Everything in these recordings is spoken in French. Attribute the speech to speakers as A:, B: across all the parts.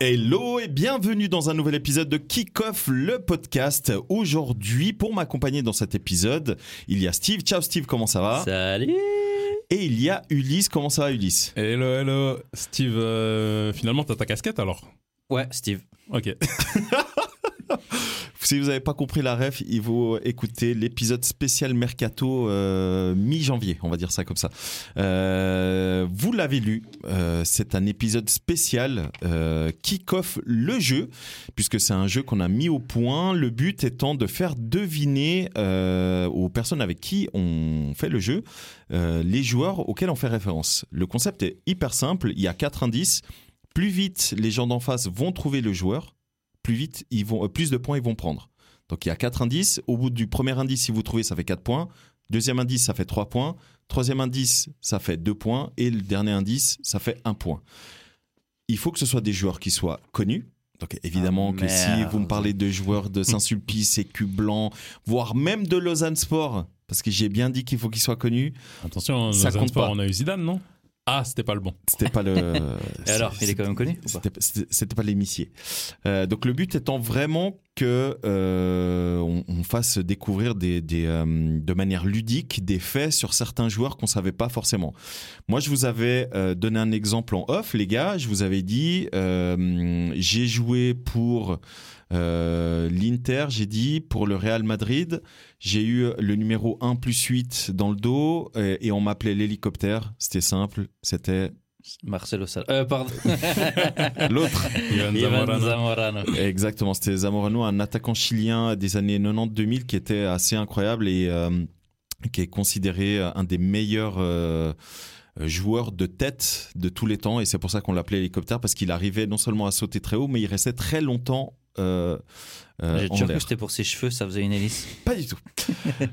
A: Hello et bienvenue dans un nouvel épisode de Kickoff, le podcast. Aujourd'hui, pour m'accompagner dans cet épisode, il y a Steve. Ciao Steve, comment ça va
B: Salut
A: Et il y a Ulysse. Comment ça va Ulysse
C: Hello, hello. Steve, euh, finalement, t'as ta casquette alors
B: Ouais, Steve.
C: Ok.
A: Si vous n'avez pas compris la ref, il faut écouter l'épisode spécial Mercato euh, mi-janvier, on va dire ça comme ça. Euh, vous l'avez lu, euh, c'est un épisode spécial euh, qui coiffe le jeu, puisque c'est un jeu qu'on a mis au point, le but étant de faire deviner euh, aux personnes avec qui on fait le jeu euh, les joueurs auxquels on fait référence. Le concept est hyper simple, il y a quatre indices. Plus vite les gens d'en face vont trouver le joueur, plus vite ils vont, euh, plus de points ils vont prendre. Donc il y a quatre indices. Au bout du premier indice, si vous trouvez, ça fait quatre points. Deuxième indice, ça fait trois points. Troisième indice, ça fait deux points. Et le dernier indice, ça fait un point. Il faut que ce soit des joueurs qui soient connus. Donc évidemment
B: Ah,
A: que si
B: merde.
A: vous me parlez de joueurs de Saint-Sulpice, Écu Blanc, voire même de Lausanne Sport, parce que j'ai bien dit qu'il faut qu'ils soient connus,
C: Attention,
A: Ça
C: ça
A: compte
C: compte sport,
A: pas.
C: on a eu Zidane, non Ah, c'était pas le bon.
A: c'était pas le.
B: Et alors, il est quand même connu ou pas
A: C'était c'était- c'était pas l'émissier. Euh, donc le but étant vraiment que euh, on, on fasse découvrir des, des, euh, de manière ludique des faits sur certains joueurs qu'on savait pas forcément. Moi, je vous avais euh, donné un exemple en off, les gars. Je vous avais dit, euh, j'ai joué pour euh, l'Inter, j'ai dit pour le Real Madrid, j'ai eu le numéro 1 plus 8 dans le dos euh, et on m'appelait l'hélicoptère. C'était simple, c'était
B: Marcelo Sal. Euh, pardon.
A: l'autre.
C: Ivan
B: Ivan
C: Zamorano.
B: Zamorano.
A: Euh, Exactement, c'était Zamorano, un attaquant chilien des années 90-2000 qui était assez incroyable et euh, qui est considéré un des meilleurs euh, joueurs de tête de tous les temps. Et c'est pour ça qu'on l'appelait hélicoptère parce qu'il arrivait non seulement à sauter très haut, mais il restait très longtemps. euh, euh,
B: J'ai
A: en
B: toujours
A: l'air.
B: cru que c'était pour ses cheveux, ça faisait une hélice.
A: Pas du tout.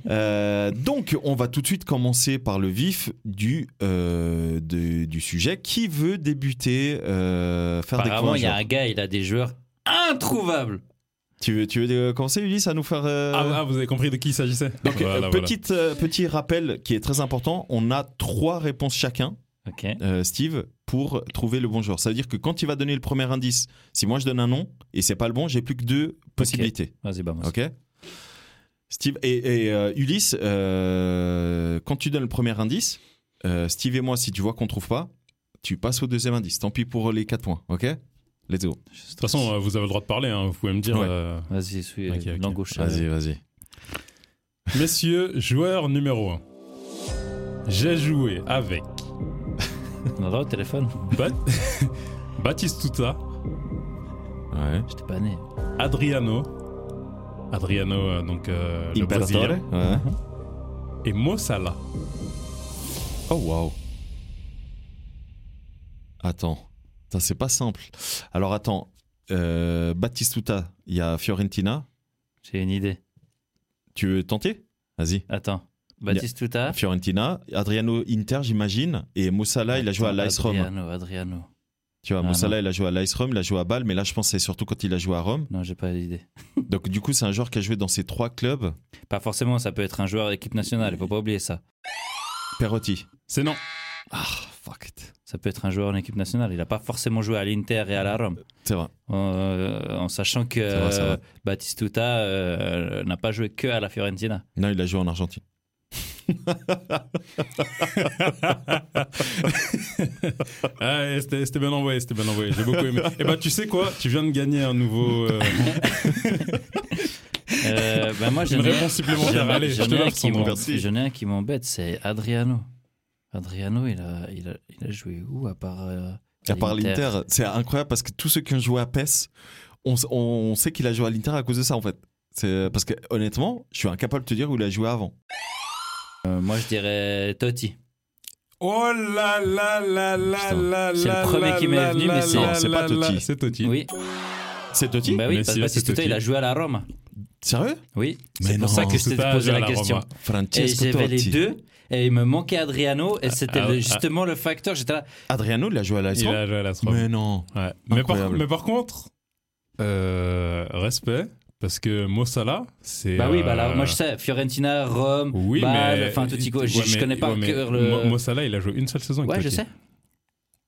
A: Euh, donc, on va tout de suite commencer par le vif du, euh, de- du sujet. Qui veut débuter euh, faire
B: Apparemment,
A: des
B: il y a un gars, il a des joueurs introuvables.
A: Tu veux, tu veux euh, commencer, Ulysse, à nous faire. euh,
C: Ah, ah, vous avez compris de qui il s'agissait
A: Donc,
C: Voilà,
A: euh,
C: voilà.
A: petite, euh, petit rappel qui est très important. On a trois réponses chacun,
B: Ok.
A: euh, Steve, pour trouver le bon joueur. Ça veut dire que quand il va donner le premier indice, si moi je donne un nom et c'est pas le bon, j'ai plus que deux possibilités.
B: Vas-y, bah, moi.
A: Ok. Steve et, et, euh, Ulysse, euh, quand tu donnes le premier indice, euh, Steve et moi, si tu vois qu'on trouve pas, tu passes au deuxième indice. Tant pis pour les quatre points. Ok. Let's go.
B: Je-
C: De toute façon, euh, vous avez le droit de parler, hein, vous pouvez me dire.
A: Ouais.
C: euh,
B: Vas-y, suis
C: Ok, ok.
B: langue au chat.
A: Vas-y, vas-y.
C: Messieurs, joueur numéro 1. J'ai joué avec
B: On a droit au euh, téléphone
C: Ba- Baptiste Tuta,
A: Ouais.
B: J'étais pas né.
C: Adriano. Adriano, euh, donc euh, le Brésilien.
A: Ouais.
C: Et Mossala.
A: Oh wow. Attends, Putain, c'est pas simple. Alors attends, euh, Batistuta, il y a Fiorentina.
B: J'ai une idée.
A: Tu veux tenter Vas-y.
B: Attends. Baptiste Tuta.
A: Fiorentina, Adriano Inter, j'imagine. Et Moussala, Ah, il a joué à l'Ice Rome.
B: Adriano, Adriano.
A: Tu vois,
B: Ah,
A: Moussala, il a joué à l'Ice Rome, il a joué à Bâle, mais là, je pense que c'est surtout quand il a joué à Rome.
B: Non, j'ai pas d'idée.
A: Donc, du coup, c'est un joueur qui a joué dans ces trois clubs.
B: Pas forcément, ça peut être un joueur d'équipe nationale, il faut pas oublier ça.
A: Perotti.
C: C'est non.
A: Ah, fuck it.
B: Ça peut être un joueur en équipe nationale, il a pas forcément joué à l'Inter et à la Rome.
A: C'est vrai.
B: en, euh, en sachant que
A: Ça va, ça va.
B: euh, Batistuta euh, n'a pas joué que à la Fiorentina.
A: Non, il a joué en Argentine.
C: Ah, et c'était c'était bien envoyé, c'était bien envoyé. J'ai beaucoup aimé. Et bah, tu sais quoi Tu viens de gagner un nouveau. euh,
B: Euh, ben moi, j'en
C: une
B: ai-
C: réponse supplémentaire.
B: j'en ai-
C: Allez, je
B: j'en
C: te
B: ai un
C: lance
B: qui
C: son nom.
B: m'em-
A: Merci.
B: j'en ai un qui m'embête, c'est Adriano. Adriano, il a, il, a, il a joué où à part euh,
A: À part
B: l'Inter
A: l'Inter, c'est incroyable parce que tous ceux qui ont joué à PES, on, s- on sait qu'il a joué à l'Inter à cause de ça en fait. C'est parce que honnêtement, je suis incapable de te dire où il a joué avant.
B: Euh, Moi, je dirais Totti.
C: Oh là là là là
A: Putain,
C: là
B: c'est le
C: là
B: premier
C: là
B: qui m'est
C: là
B: venu, mais
C: là
B: c'est-
C: là
A: c'est pas
C: là
A: Totti.
C: là, C'est Totti.
B: Oui,
A: C'est Totti
B: bah oui,
C: Mais
B: parce
C: si,
B: que
C: c'est
B: Batistuta,
C: Totti.
B: il a joué à la Rome.
A: Sérieux
B: Oui,
A: Mais
B: c'est
A: non,
B: pour ça que je t'ai
C: Batistuta a
B: posé
C: joué à
B: la
C: la
B: question.
C: Roma.
B: Et
A: Francesco
B: j'avais les
A: Totti.
B: deux, et il me manquait Adriano, et c'était
C: ah,
B: le-
C: ah.
B: justement le facteur. J'étais là,
A: Adriano, il a joué à la
C: Il a joué à la Roma.
A: Mais non.
C: Ouais. Mais, par,
A: Incroyable.
C: mais par contre, euh, respect, parce que Mossala, c'est.
B: Bah oui, bah là,
C: euh,
B: moi je sais, Fiorentina, Rome,
C: Oui,
B: Bâle,
C: mais.
B: enfin tout
C: Ouais,
B: je, je
C: mais-
B: connais pas
C: ouais, mais
B: que le.
C: Mo- Mossala, il a joué une seule saison avec
B: ouais, je
C: Totti.
B: sais.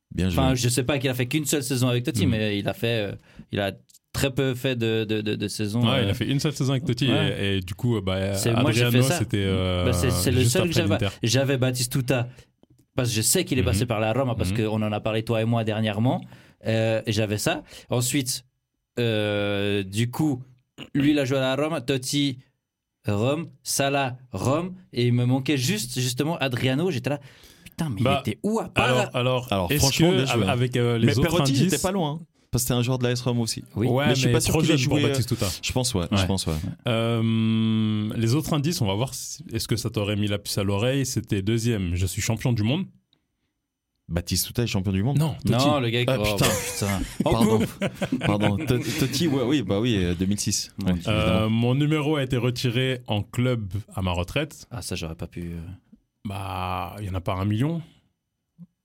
A: Bien joué.
B: Enfin, je sais pas qu'il a fait qu'une seule saison avec Totti,
C: Mm.
B: mais il a fait, euh, il a très peu fait de, de, de, de saisons.
C: Ouais,
B: euh,
C: il a fait une seule saison avec Totti
B: ouais.
C: et, et du coup, euh, bah,
B: C'est- moi, j'ai
C: Adriano,
B: fait ça.
C: c'était. euh,
B: Bah, c'est- c'est le
C: juste
B: seul que
C: après
B: j'avais.
C: l'Inter.
B: J'avais Baptiste Tuta parce que je sais qu'il est passé
C: Mhm.
B: par la Roma parce
C: Mhm.
B: qu'on en a parlé toi et moi dernièrement. Euh, et j'avais ça. Ensuite, euh, du coup, lui il a joué à la Roma, Totti. Rome, Salah, Rome, et il me manquait juste justement Adriano. J'étais là, putain, mais
C: Bah,
B: il était où à part
C: Alors, alors,
A: Alors,
C: est-ce
A: franchement,
C: que,
A: bien joué, hein.
C: avec euh, les
A: mais
C: autres
A: Perotti,
C: indices,
A: j'étais pas loin. hein, parce que c'était un joueur de la S-ROM aussi.
B: Oui.
C: Ouais,
A: Mais je suis pas sûr
C: trop
A: qu'il ait
C: jeune pour
A: joué, euh,
C: Baptiste Tuta.
A: Je pense, ouais. Je
C: Ouais.
A: pense, ouais.
C: Euh, les autres indices, on va voir si- est-ce que ça t'aurait mis la puce à l'oreille. C'était deuxième, je suis champion du monde.
A: Baptiste Touta est champion du monde.
C: Non, Totti.
B: Non, le gars,
A: Ah,
B: oh,
A: putain.
B: putain.
A: Pardon. Pardon. Tot- Totti, ouais, oui, bah oui, euh, 2006. Ouais,
B: Ouais. Euh,
A: évidemment.
C: Euh, mon numéro a été retiré en club à ma retraite.
B: Ah, ça, j'aurais pas pu. euh.
C: Bah, il n'y en a pas un million.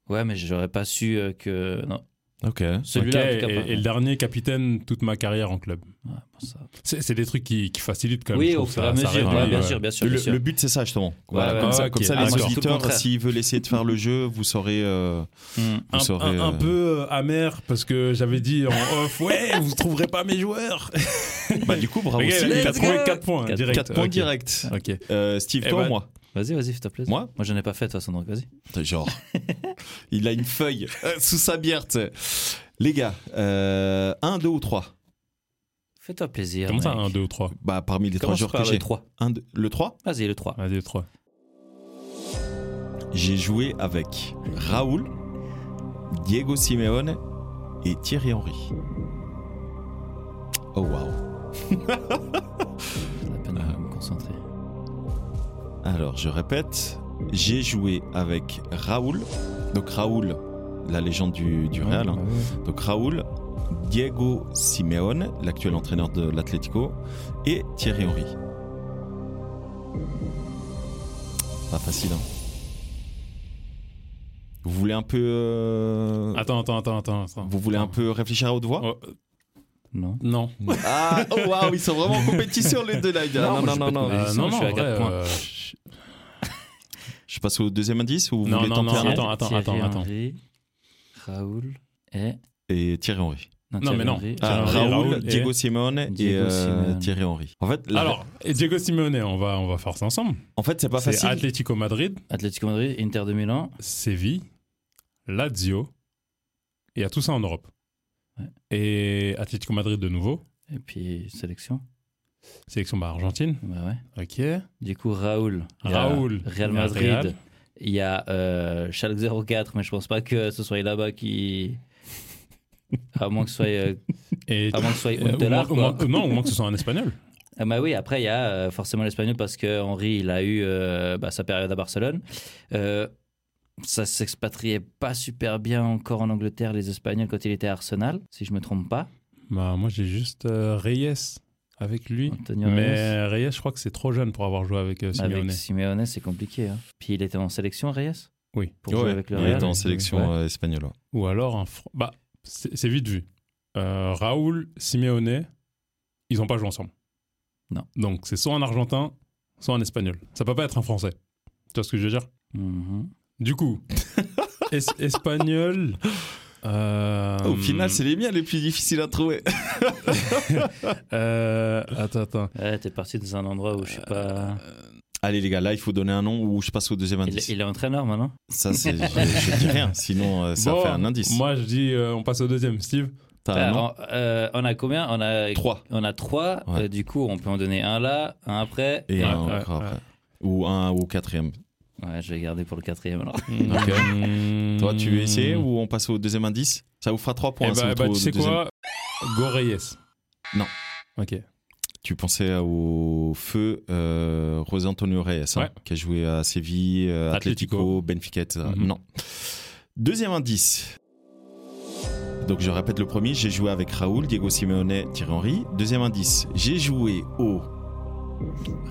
B: Ouais, mais j'aurais pas su euh, que. Non,
A: Ok.
B: celui-là,
C: Ok,
B: en tout cas.
C: et,
B: pas.
C: et le dernier capitaine toute ma carrière en club.
B: Ouais, bon, ça-
C: C'est c'est des trucs qui, qui facilitent quand même. je
B: Oui, au
C: trouve,
B: fur et
C: ça-
B: à
C: ça
B: mesure.
C: réduit,
B: ouais, bien
C: ouais.
B: sûr, bien sûr.
A: Le,
B: bien sûr.
A: le but, c'est ça, justement. Voilà,
B: ouais,
A: comme,
B: ouais.
A: ça,
C: Ok.
A: comme ça,
C: Ah,
A: les
C: d'accord.
B: Tout le
A: auditeurs,
B: contraire.
A: s'ils veulent essayer de faire le jeu, vous saurez. euh,
B: Mm.
A: Vous
C: Un,
A: saurez,
C: un- un
A: euh,
C: peu euh, amer parce que j'avais dit en off ouais vous trouverez pas mes joueurs
A: Bah, du coup, bravo.
C: Les gars,
A: Steve.
C: il a
B: Let's
C: trouvé
B: go.
C: 4 points hein,
B: Quatre-
C: direct
A: Quatre points
C: Ok.
A: directs.
C: ok
A: Euh, Steve,
C: Eh
A: toi
C: ben-
A: ou moi
B: Vas-y, vas-y, s'il te plaît.
A: Moi
B: Moi, je n'ai pas fait, de toute façon, donc vas-y.
A: T'es Genre, il a une feuille euh, sous sa bière. tu sais. Les gars, 1, 2 ou 3
B: Fais-toi plaisir.
C: comment ça
B: mec.
C: 1, 2 ou 3
A: bah, Parmi les trois
B: Commence
A: joueurs que
B: par
A: j'ai.
B: le 3.
A: Un, deux- Le 3
B: Vas-y, le 3.
C: vas-y 3
A: J'ai joué avec Raoul, Diego Simeone et Thierry Henry. Oh wow.
B: C'est la peine de me concentrer.
A: Alors je répète, j'ai joué avec Raoul, donc Raoul, la légende du, du Real, hein. donc Raoul, Diego Simeone, l'actuel entraîneur de l'Atlético, et Thierry Henry. Pas facile. hein. Vous voulez un peu, euh,
C: attends attends attends attends, attends.
A: vous voulez un peu réfléchir à haute voix
C: Oh,
B: Non.
C: non
A: Ah, oh, waouh, ils sont vraiment en compétition les deux là. Non, non, non, non.
B: te-
C: Euh,
B: Vas-y,
C: non
B: je
C: non
B: suis à
C: en
B: quatre
C: vrai,
B: points.
C: euh,
A: Je passe au deuxième indice ou vous
C: Non,
A: voulez
C: non,
A: tenter
C: non,
A: un
C: attends, attends,
B: Thierry
C: attends, attends.
B: Henry, Raoul et.
A: Et Thierry Henry.
C: Non, mais non.
B: Thierry Henry.
A: Ah,
C: Henry,
A: Raoul,
C: Raoul et-
A: Diego Simeone et,
B: Diego
A: euh,
B: Simeone.
A: Thierry Henry. En fait, la-
C: alors et Diego Simeone on va on va faire ça ensemble
A: en fait, c'est pas
C: c'est
A: facile.
C: Atlético Madrid
B: Atlético Madrid, Inter de Milan.
C: Séville Lazio et à tout ça en Europe
B: Ouais.
C: et Atlético Madrid de nouveau
B: Et puis, sélection.
C: sélection bah, Argentine
B: Bah ouais.
C: ok
B: Du coup, Raoul. Il y a
C: Raoul
B: Real
C: Il y a
B: Madrid.
C: Real.
B: Il y a euh, Schalke 04, mais je pense pas que ce soit là-bas qui. À moins que ce soit, euh,
C: et
B: à moins que ce soit
C: Euh, au
B: Huntelaar,
C: moins- au
B: quoi.
C: moins- euh, non, au moins que ce soit un espagnol.
B: Ah bah oui, après, il y a euh, forcément l'espagnol parce que Henry, il a eu euh, bah, sa période à Barcelone. Euh, ça s'expatriait pas super bien encore en Angleterre, les Espagnols, quand il était à Arsenal, si je me trompe pas.
C: Bah, moi, j'ai juste euh, Reyes avec lui.
B: Antonio
C: Mais Reyes, je crois que c'est trop jeune pour avoir joué avec euh,
B: Reyes.
C: Simeone.
B: Avec Simeone, c'est compliqué. hein. Puis il était en sélection, Reyes
C: Oui.
B: Pour jouer
A: Ouais,
B: avec le
A: il
B: Real.
A: était en sélection
B: Ouais.
A: euh, espagnole. ouais.
C: Ou alors un. Fr- Bah, c'est c'est vite vu. Euh, Raoul, Simeone, ils n'ont pas joué ensemble.
B: Non.
C: Donc, c'est soit un Argentin, soit un Espagnol. Ça peut pas être un Français. Tu vois ce que je veux dire
B: Mhm.
C: Du coup, es- Espagnol. euh,
A: Au final, c'est les miens les plus difficiles à trouver.
C: euh, Attends, attends.
B: Ouais, t'es parti dans un endroit où je suis pas.
A: Euh, Allez les gars, là, il faut donner un nom ou je passe au deuxième
B: Il,
A: indice.
B: il est entraîneur maintenant.
A: Ça, c'est, je, je dis rien. Sinon, euh, ça
C: Bon,
A: fait un indice.
C: Moi, je dis, euh, on passe au deuxième. Steve
A: T'as
B: Euh,
A: un nom
B: on, euh, on a combien On a
A: 3
B: On a trois.
A: Ouais.
B: euh, du coup, on peut en donner un là, un après.
A: et
B: et-
A: un
C: ouais,
A: encore
C: ouais.
A: après. Ou un ou quatrième.
B: Ouais, je vais garder pour le quatrième alors.
A: Ok. Toi, tu veux essayer ou on passe au deuxième indice Ça vous fera 3 points.
C: Hum. Eh
A: si
C: bah,
A: vous
C: bah,
A: trouvez
C: tu
A: le
C: sais
A: deuxième.
C: quoi Goreyes.
A: Non.
C: Ok.
A: Tu pensais au feu euh, José Antonio Reyes, hein,
C: Ouais.
A: qui a joué à Séville, euh, Atlético,
C: Atlético.
A: Benfica, etc.
C: Mhm.
A: Non. Deuxième indice. Donc je répète le premier, j'ai joué avec Raoul, Diego Simeone, Thierry Henry. Deuxième indice, j'ai joué au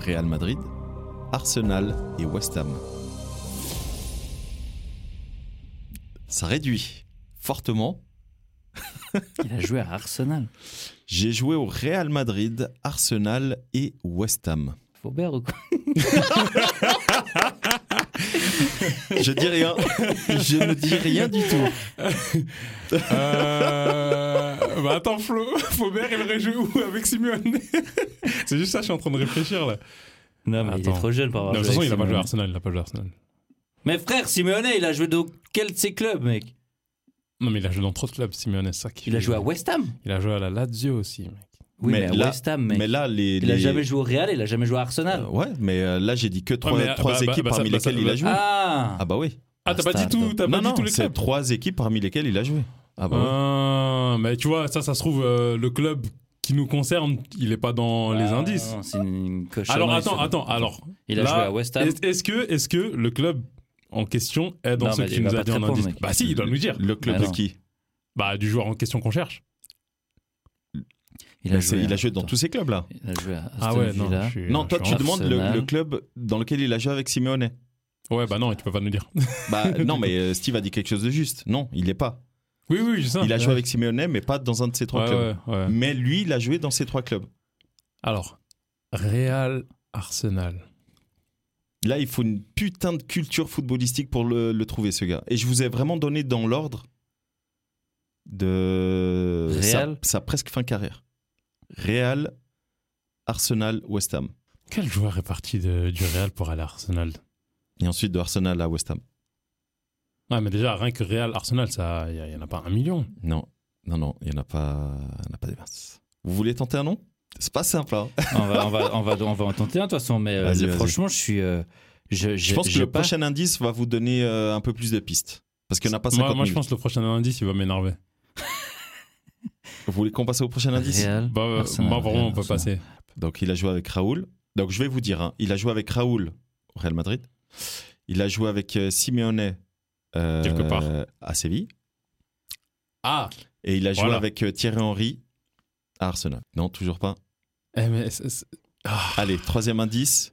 A: Real Madrid, Arsenal et West Ham. Ça réduit fortement.
B: Il a joué à Arsenal.
A: J'ai joué au Real Madrid, Arsenal et West Ham.
B: Faubert ou quoi
A: Je dis rien. Je ne dis rien du tout.
C: Euh, bah attends, Flo, Faubert, il aurait joué où avec Simeone C'est juste ça, je suis en train de réfléchir là.
B: Non, mais il est
C: Attends.
B: trop jeune pour
C: Non,
B: avoir
C: de toute
B: joué
C: façon, il a
B: avec
C: pas joué à
B: Simeone.
C: Arsenal, il a pas joué à Arsenal.
B: Mais frère, Simeone, il a joué dans quel de ses clubs, mec
C: Non, mais il a joué dans trop de clubs, Simeone, c'est ça qui
B: Il a
C: fait-
B: joué à West Ham.
C: Il a joué à la Lazio aussi, mec.
B: Oui, mais,
A: Mais
B: à
A: là-
B: West Ham, mec.
A: Mais là, les.
B: il a
A: les-
B: jamais joué au Real, il a jamais joué à Arsenal.
A: Euh, ouais, mais euh, là, j'ai dit que trois,
C: Ouais, mais,
A: trois
C: bah, bah,
A: équipes
C: bah, ça-
A: parmi
C: bah, ça-
A: lesquelles il a joué. Ah,
B: Ah,
A: bah oui.
C: Ah, t'as pas dit
B: Bastard.
C: tout, t'as pas
A: non,
C: dit
A: non,
C: tous les
A: c'est
C: clubs.
A: trois équipes parmi lesquelles il a joué. Ah bah
C: Ah, mais tu vois, ça, ça se trouve, euh, le club qui nous concerne, il est pas dans les
B: Ah,
C: indices.
B: non, C'est une cochonnerie,
C: Alors, attends,
B: ça.
C: attends, alors.
B: Il a
C: là,
B: joué à West Ham.
C: est- Est-ce que, est que le club en question est dans
B: Non,
C: ce
B: mais
C: qui
B: il va
C: nous a
B: pas te
C: dit en
B: répondre,
C: indice
B: mec.
C: Bah, si, il doit nous dire.
A: oui. Le club
B: Ah,
A: de
B: non.
A: qui
C: Bah, du joueur en question qu'on cherche.
A: il a, joué, il a joué dans
B: attends,
A: tous ces clubs-là.
B: Il a joué à Aston
C: Ah ouais, non.
B: Villa.
C: je suis-
A: Non,
C: je
A: toi,
C: suis
A: tu
C: en-
A: demandes le,
B: Arsenal.
A: le club dans lequel il a joué avec Simeone.
C: Ouais, bah non, tu peux pas nous dire.
A: Bah non, mais euh, Steve a dit quelque chose de juste. Non, il l'est pas.
C: Oui, oui, je sais.
A: Il a joué avec Simeone, mais pas dans un de ces trois
C: Ouais,
A: clubs.
C: ouais, ouais.
A: Mais lui, il a joué dans ces trois clubs.
C: Alors, Real, Arsenal.
A: Là, il faut une putain de culture footballistique pour le, le trouver, ce gars. Et je vous ai vraiment donné dans l'ordre de
B: Real.
A: sa, sa presque fin carrière. Real, Arsenal, West Ham.
C: Quel joueur est parti de- du Real pour aller à Arsenal
A: Et ensuite de Arsenal à West Ham.
C: Ouais, mais déjà, rien que Real, Arsenal, ça, il y, en a pas un million.
A: Non, non, non, il n'y en a pas, il y en a pas des masses. Vous voulez tenter un nom C'est pas simple. hein.
B: on, va, on, va, on, va, on va en tenter un, de toute façon. Mais euh,
A: Vas-y, vas-y.
B: franchement, je suis. euh, je,
A: Je pense que
B: j'ai
A: le
B: pas-
A: prochain indice va vous donner euh, un peu plus de pistes. Parce qu'il n'y en a pas 50
C: Moi, moi, je
A: 000.
C: pense que le prochain indice, il va m'énerver.
A: Vous voulez qu'on passe au prochain indice
B: Real,
C: Bah, euh,
B: Arsenal,
C: bah, vraiment,
B: Real,
C: on peut
B: Arsenal.
C: passer.
A: Donc il a joué avec Raoul. Donc je vais vous dire, hein, il a joué avec Raoul au Real Madrid. Il a joué avec euh, Simeone euh,
C: Quelque part.
A: à Séville.
C: Ah
A: Et il a joué
C: Voilà.
A: avec euh, Thierry Henry à Arsenal. Non, toujours pas.
C: eh, mais c'est- c'est-
A: Allez, troisième indice.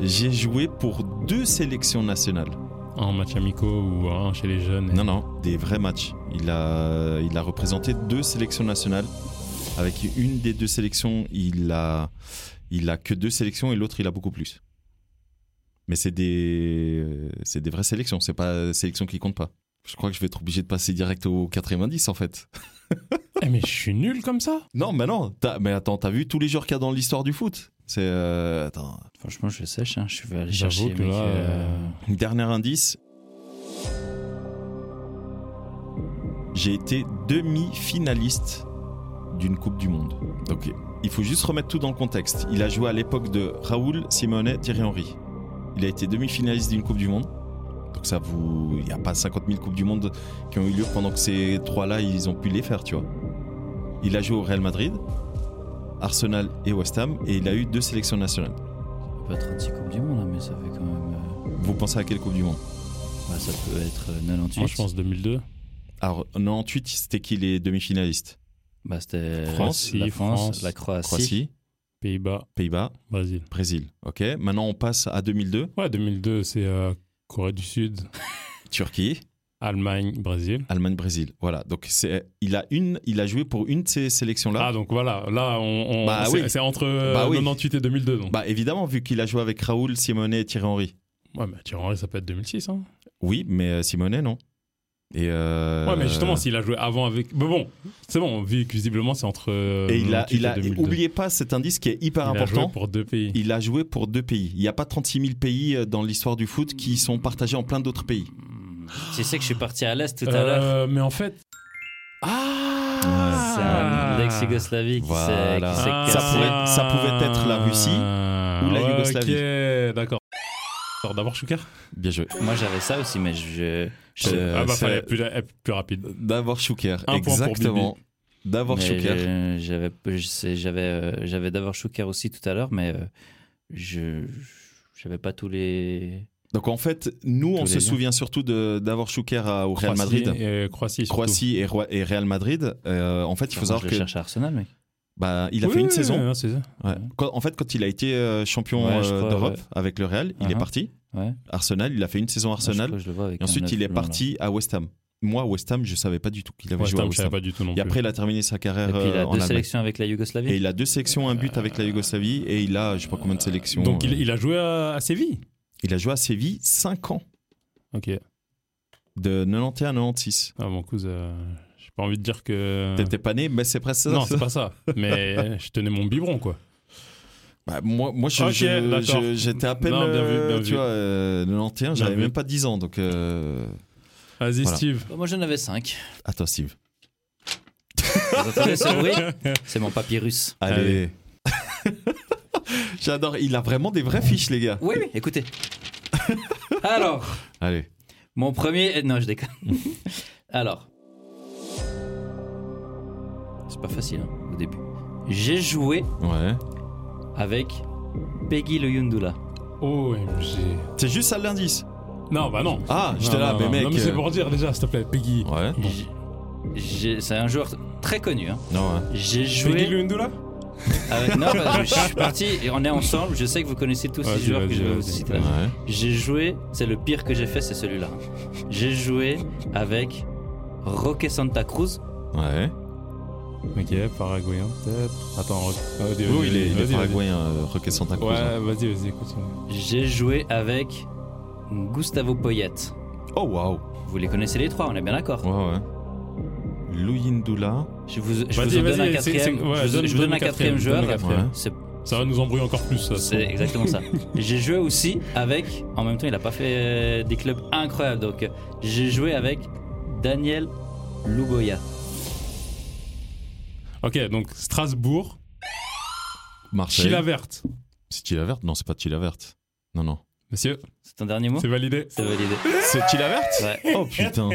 A: J'ai joué pour deux sélections nationales.
C: Un match amicaux ou un chez les jeunes.
A: Non, non, des vrais matchs. Il a, il a représenté deux sélections nationales. Avec une des deux sélections, il a, il a que deux sélections et l'autre, il a beaucoup plus. Mais c'est des, c'est des vraies sélections. C'est pas sélection qui compte pas. Je crois que je vais être obligé de passer direct au quatrième indice en fait.
C: Eh, mais je suis nul comme ça
A: Non, mais non. t'as- mais attends, t'as vu tous les joueurs qu'il y a dans l'histoire du foot C'est euh, attends.
B: Franchement, je sèche. hein, Je vais aller
C: J'avoue
B: chercher.
C: que
B: mec,
C: là,
B: euh,
A: Dernier indice. J'ai été demi-finaliste d'une Coupe du Monde. Donc il faut juste remettre tout dans le contexte. Il a joué à l'époque de Raoul, Simonet, Thierry Henry. Il a été demi-finaliste d'une Coupe du Monde. Donc ça vous... Il n'y a pas 50 000 Coupes du Monde qui ont eu lieu pendant que ces trois-là, ils ont pu les faire, tu vois. Il a joué au Real Madrid, Arsenal et West Ham, et il a eu deux sélections nationales.
B: Pas 36 Coupes du Monde, hein, mais ça fait quand même. euh,
A: Vous pensez à quelle Coupe du Monde
B: bah, ça peut être euh, 98.
C: Moi, je pense 2002.
A: Alors, en 98, c'était qui les demi-finalistes
B: Bah, c'était
C: France,
B: la
C: si,
B: France,
C: France,
B: la Croatie.
A: Croatie,
C: Pays-Bas,
A: Pays-Bas,
C: Brésil.
A: Brésil. Ok. Maintenant, on passe à 2002.
C: Ouais, 2002, c'est euh, Corée du Sud,
A: Turquie,
C: Allemagne, Brésil.
A: Allemagne, Brésil. Voilà. Donc, c'est, il a une, il a joué pour une de ces sélections-là.
C: Ah, donc voilà, là, on, on-
A: Bah
C: c'est
A: oui.
C: c'est entre euh,
A: Bah oui.
C: 98 et 2002. Donc.
A: bah, évidemment, vu qu'il a joué avec Raoul, Simone et Thierry Henry.
C: Ouais, mais Thierry Henry, ça peut être 2006. Hein.
A: Oui, mais euh, Simone, non. Et euh,
C: Ouais, mais justement, s'il a joué avant avec. Mais bon, c'est bon, vu que visiblement, c'est entre. euh,
A: Et il a,
C: 98
A: il a, et
C: 2002.
A: oubliez pas cet indice qui est hyper
C: Il a
A: important.
C: joué pour deux pays.
A: Il a joué pour deux pays. Il n'y a pas 36 000 pays euh, dans l'histoire du foot qui sont partagés en plein d'autres pays.
B: Hmm, Tu sais que je suis parti à l'Est tout à
C: Euh,
B: l'heure.
C: mais en fait.
A: Ouais,
B: C'est
C: Ah
B: un ex-Yougoslavie qui s'est-
A: Voilà. Ah.
B: qui s'est
A: Ça
B: cassé.
A: pourrait- ça pouvait être la Russie ou la
C: Ah, Ok, d'accord. Alors, D'abord, Chouka
A: Bien joué.
B: Moi j'avais ça aussi, mais je. je-
A: Euh,
C: Ah, bah,
A: c'est-
C: Ah, fallait être plus, être plus rapide.
A: D'abord Chouker,
C: Un point pour
A: exactement. D'abord
B: mais
A: Chouker.
B: je- J'avais, je sais, j'avais, euh, j'avais d'abord Schuker aussi tout à l'heure, mais euh, je. J'avais pas tous les.
A: Donc en fait, nous, on
B: Tous
A: se
B: les liens.
A: souvient surtout de- d'Avor Chouker à- au Real
C: Croatie
A: Madrid.
C: et Croatie. surtout.
A: Croatie et, Roi- et Real Madrid. Euh, en fait, il faut
B: Enfin, je
A: savoir
B: le
A: que
B: cherche à Arsenal, mec.
A: bah, il a
C: Oui,
A: fait une
C: oui,
A: saison.
C: oui, c'est ça.
A: Ouais. Quand- en fait, quand il a été euh, champion
B: Ouais, je
A: euh,
B: crois,
A: d'Europe
B: ouais.
A: avec le Real, il est
B: Uh-huh.
A: parti.
B: Ouais.
A: Arsenal, il a fait une saison
B: Je
A: Arsenal.
B: crois que je le vois avec
A: et
B: un
A: ensuite,
B: neuf
A: il est
B: blanc,
A: parti à West Ham. Moi, West Ham, je savais pas du tout qu'il avait
C: Ouais,
A: joué à
C: Stam, je
A: West
C: savais
A: Ham.
C: pas du tout non
A: Et
C: plus.
A: après, il a terminé sa
B: là.
A: carrière
B: Et puis il
A: euh,
B: a
A: en
B: deux
A: Allemagne.
B: sélections avec la Yougoslavie.
A: Et il a deux sélections, un but avec la Yougoslavie. Et il a, je sais pas combien de sélections.
C: Donc, il,
A: euh,
C: il a joué à, à Séville.
A: Il a joué à Séville 5 ans,
C: Ok.
A: de 91 à 96.
C: Ah, mon cousin, euh, j'ai pas envie de dire que.
A: T'étais pas né, mais c'est presque ça.
C: Ah. Non, c'est pas ça. Mais je tenais mon biberon, quoi.
A: Bah, moi, moi je-
C: Ok,
A: je-
C: d'accord.
A: je- j'étais à peine.
C: Non, bien vu,
A: euh,
C: bien
A: tu
C: vu.
A: vois, euh, 91, j'avais
C: vu.
A: même pas 10 ans. Donc, euh,
C: Vas-y,
A: Voilà.
C: Steve.
B: Bah, moi, j'en avais 5.
A: à toi, Steve.
B: Vous entendez ce bruit C'est mon papyrus.
A: Allez. J'adore. Il a vraiment des vraies fiches, les gars.
B: Oui, oui, écoutez. Alors,
A: Allez.
B: mon premier. euh, Non, je déconne. Alors. C'est pas facile hein, au début. J'ai joué
A: Ouais.
B: avec Peggy le Yundula.
C: OMG.
A: C'est juste ça l'indice.
C: Non, bah non.
A: Ah, j'étais
C: Non,
A: là,
C: non,
A: mais
C: non.
A: mec.
C: Non, mais c'est
A: euh,
C: pour dire déjà, s'il te plaît, Peggy.
A: Ouais.
C: Bon.
B: J'ai- j'ai- C'est un joueur très connu. hein.
A: Non, ouais.
B: J'ai
C: Peggy
B: joué.
C: Lundula
B: avec- Non, bah, je suis parti et on est ensemble. Je sais que vous connaissez tous ces
C: Vas-y,
B: joueurs que
C: vas-y,
B: je vais vous
C: vas-y.
B: citer.
A: Ouais.
B: J'ai joué, c'est le pire que j'ai fait, c'est celui-là. J'ai joué avec Roque Santa Cruz.
A: Ouais.
C: Ok, paraguayen peut-être. Attends, euh, vas-y,
A: Oui, il est, il est
C: vas-y,
A: paraguayen, euh, Roque Santa Cruz.
C: Ouais, vas-y, vas-y, continue.
B: J'ai joué avec Gustavo Poyet.
A: Oh, waouh.
B: Vous les connaissez les trois, on est bien d'accord.
A: Ouais, ouais. Louyindula.
B: Je vous, je
C: Vas-y,
B: vous en donne
C: vas-y,
B: un
C: c'est-
B: quatrième.
C: c'est- ouais,
B: je vous,
C: donne-
B: je vous donne un quatrième joueur.
C: donne un
A: Ouais.
C: quatrième.
B: C'est-
C: Ça va nous embrouiller encore plus. ça,
B: C'est
C: ça.
B: exactement ça. J'ai joué aussi avec. En même temps, il n'a pas fait euh, des clubs incroyables. Donc, euh, j'ai joué avec Daniel Lugoya.
C: Ok, donc Strasbourg,
A: Marseille.
C: Chila Verte.
A: C'est Chila Verte Non, c'est pas Chila Verte. Non, non.
C: Monsieur,
B: C'est ton dernier mot
C: c'est validé.
B: C'est validé.
A: C'est Chila Verte
B: Ouais.
A: Oh putain.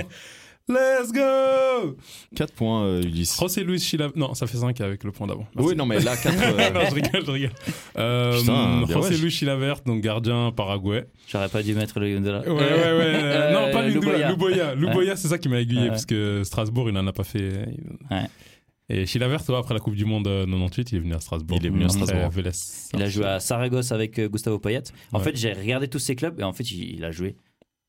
C: Let's go
A: 4 points, euh, Ulysse.
C: José Luis Chila... Non, ça fait 5 avec le point d'avant. Merci.
A: Oui, non, mais là, 4.
C: Non, je rigole, je rigole. Euh,
A: Putain, bien
C: José
A: wesh.
C: Luis Chilavert, donc gardien paraguay.
B: J'aurais pas dû mettre le Yundela.
C: Ouais, ouais, ouais.
B: Euh,
C: non, pas
B: Lugoya.
C: Ludoya, Luboya. Luboya, c'est ça qui m'a aiguillé,
B: Ouais.
C: parce que Strasbourg, il en a pas fait.
B: Ouais.
C: Et Chilavert, ouais, après la Coupe du Monde euh, 98, il est venu à Strasbourg.
A: Il est venu à
C: Après,
A: Strasbourg.
C: Vélez.
B: Il a joué à Saragosse avec euh, Gustavo Payet. En
C: Ouais.
B: fait, j'ai regardé tous ces clubs et en fait, il, il a joué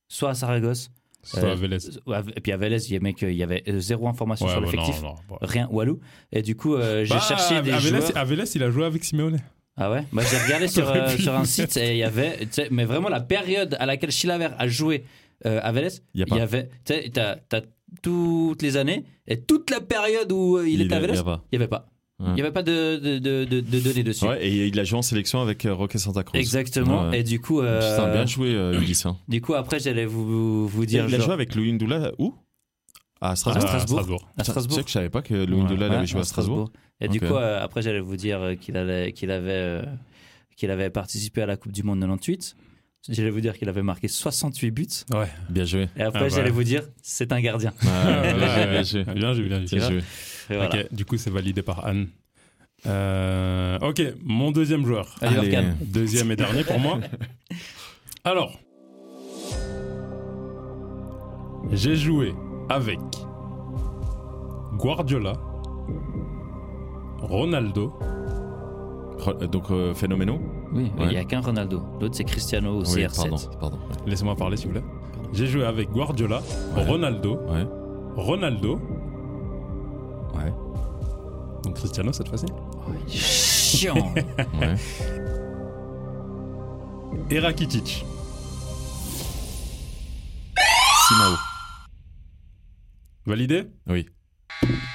B: soit à Saragosse,
C: Soit
B: euh,
C: à Vélez.
B: soit à- et puis à Vélez, il y, a- mec, euh, il y avait euh, zéro information
C: Ouais,
B: sur
C: ouais,
B: l'effectif.
C: non, non, bon.
B: Rien, Walou. Et du coup, euh, j'ai
C: Bah,
B: cherché des
C: à Vélez,
B: joueurs.
C: à Vélez, il a joué avec Simeone.
B: Ah ouais bah, J'ai regardé sur,
C: T'aurais
B: euh,
C: pu.
B: sur un site et il y avait, tu sais, mais vraiment la période à laquelle Chilaver a joué euh, à Vélez,
A: Il y a
B: il y
A: pas.
B: avait, tu sais, t'as, t'as toutes les années et toute la période où euh, il, était à
A: est-
B: Vélez,
A: y a pas.
B: il n'y avait pas.
A: Ouais.
B: Il n'y avait pas de, de, de, de- de données dessus.
A: Ouais, et il a joué en sélection avec euh, Roque Santa Cruz.
B: Exactement.
A: Ouais.
B: Et du coup, euh,
A: Putain, bien joué, euh, Ulysse. hein.
B: du coup, après, j'allais vous, vous, vous dire.
A: il a
B: genre,
A: joué avec Louyindula où À
C: Ah,
A: Strasbourg.
B: Strasbourg. à
A: Putain,
B: Strasbourg.
A: Tu sais que je savais pas que Louyindula il
B: Ouais,
A: avait joué à Strasbourg.
B: Et
A: Ok.
B: du coup, euh, après, j'allais vous dire euh, qu'il, allait, qu'il, avait, euh, qu'il avait participé à la Coupe du Monde 98. J'allais vous dire qu'il avait marqué 68 buts.
C: Ouais.
A: Bien joué.
B: Et après,
C: Ah, voilà.
B: j'allais vous dire, c'est un gardien.
A: Ouais,
C: ouais,
A: bien joué, bien
C: ouais.
A: joué.
C: Ah, Bien joué, bien joué.
A: Bien joué.
B: Et voilà.
C: Ok, du coup, c'est validé par Anne. Euh, ok, mon deuxième joueur.
B: Allez,
A: Allez.
B: Orkan.
C: Deuxième et dernier pour moi. Alors, j'ai joué avec Guardiola, Ronaldo.
A: Ro- Donc, euh, phénoménaux
B: Oui, mais
A: Ouais.
B: il n'y a qu'un Ronaldo. L'autre, c'est Cristiano ou
A: Oui,
B: CR7.
A: pardon. pardon.
C: Laissez-moi parler, s'il vous plaît. J'ai joué avec Guardiola,
A: Ouais.
C: Ronaldo,
A: Ouais.
C: Ronaldo,
A: Ouais.
C: donc Cristiano cette fois-ci,
B: Oh, il est chiant.
A: ouais.
C: et Rakitic.
A: Simao.
C: Validé
A: Oui.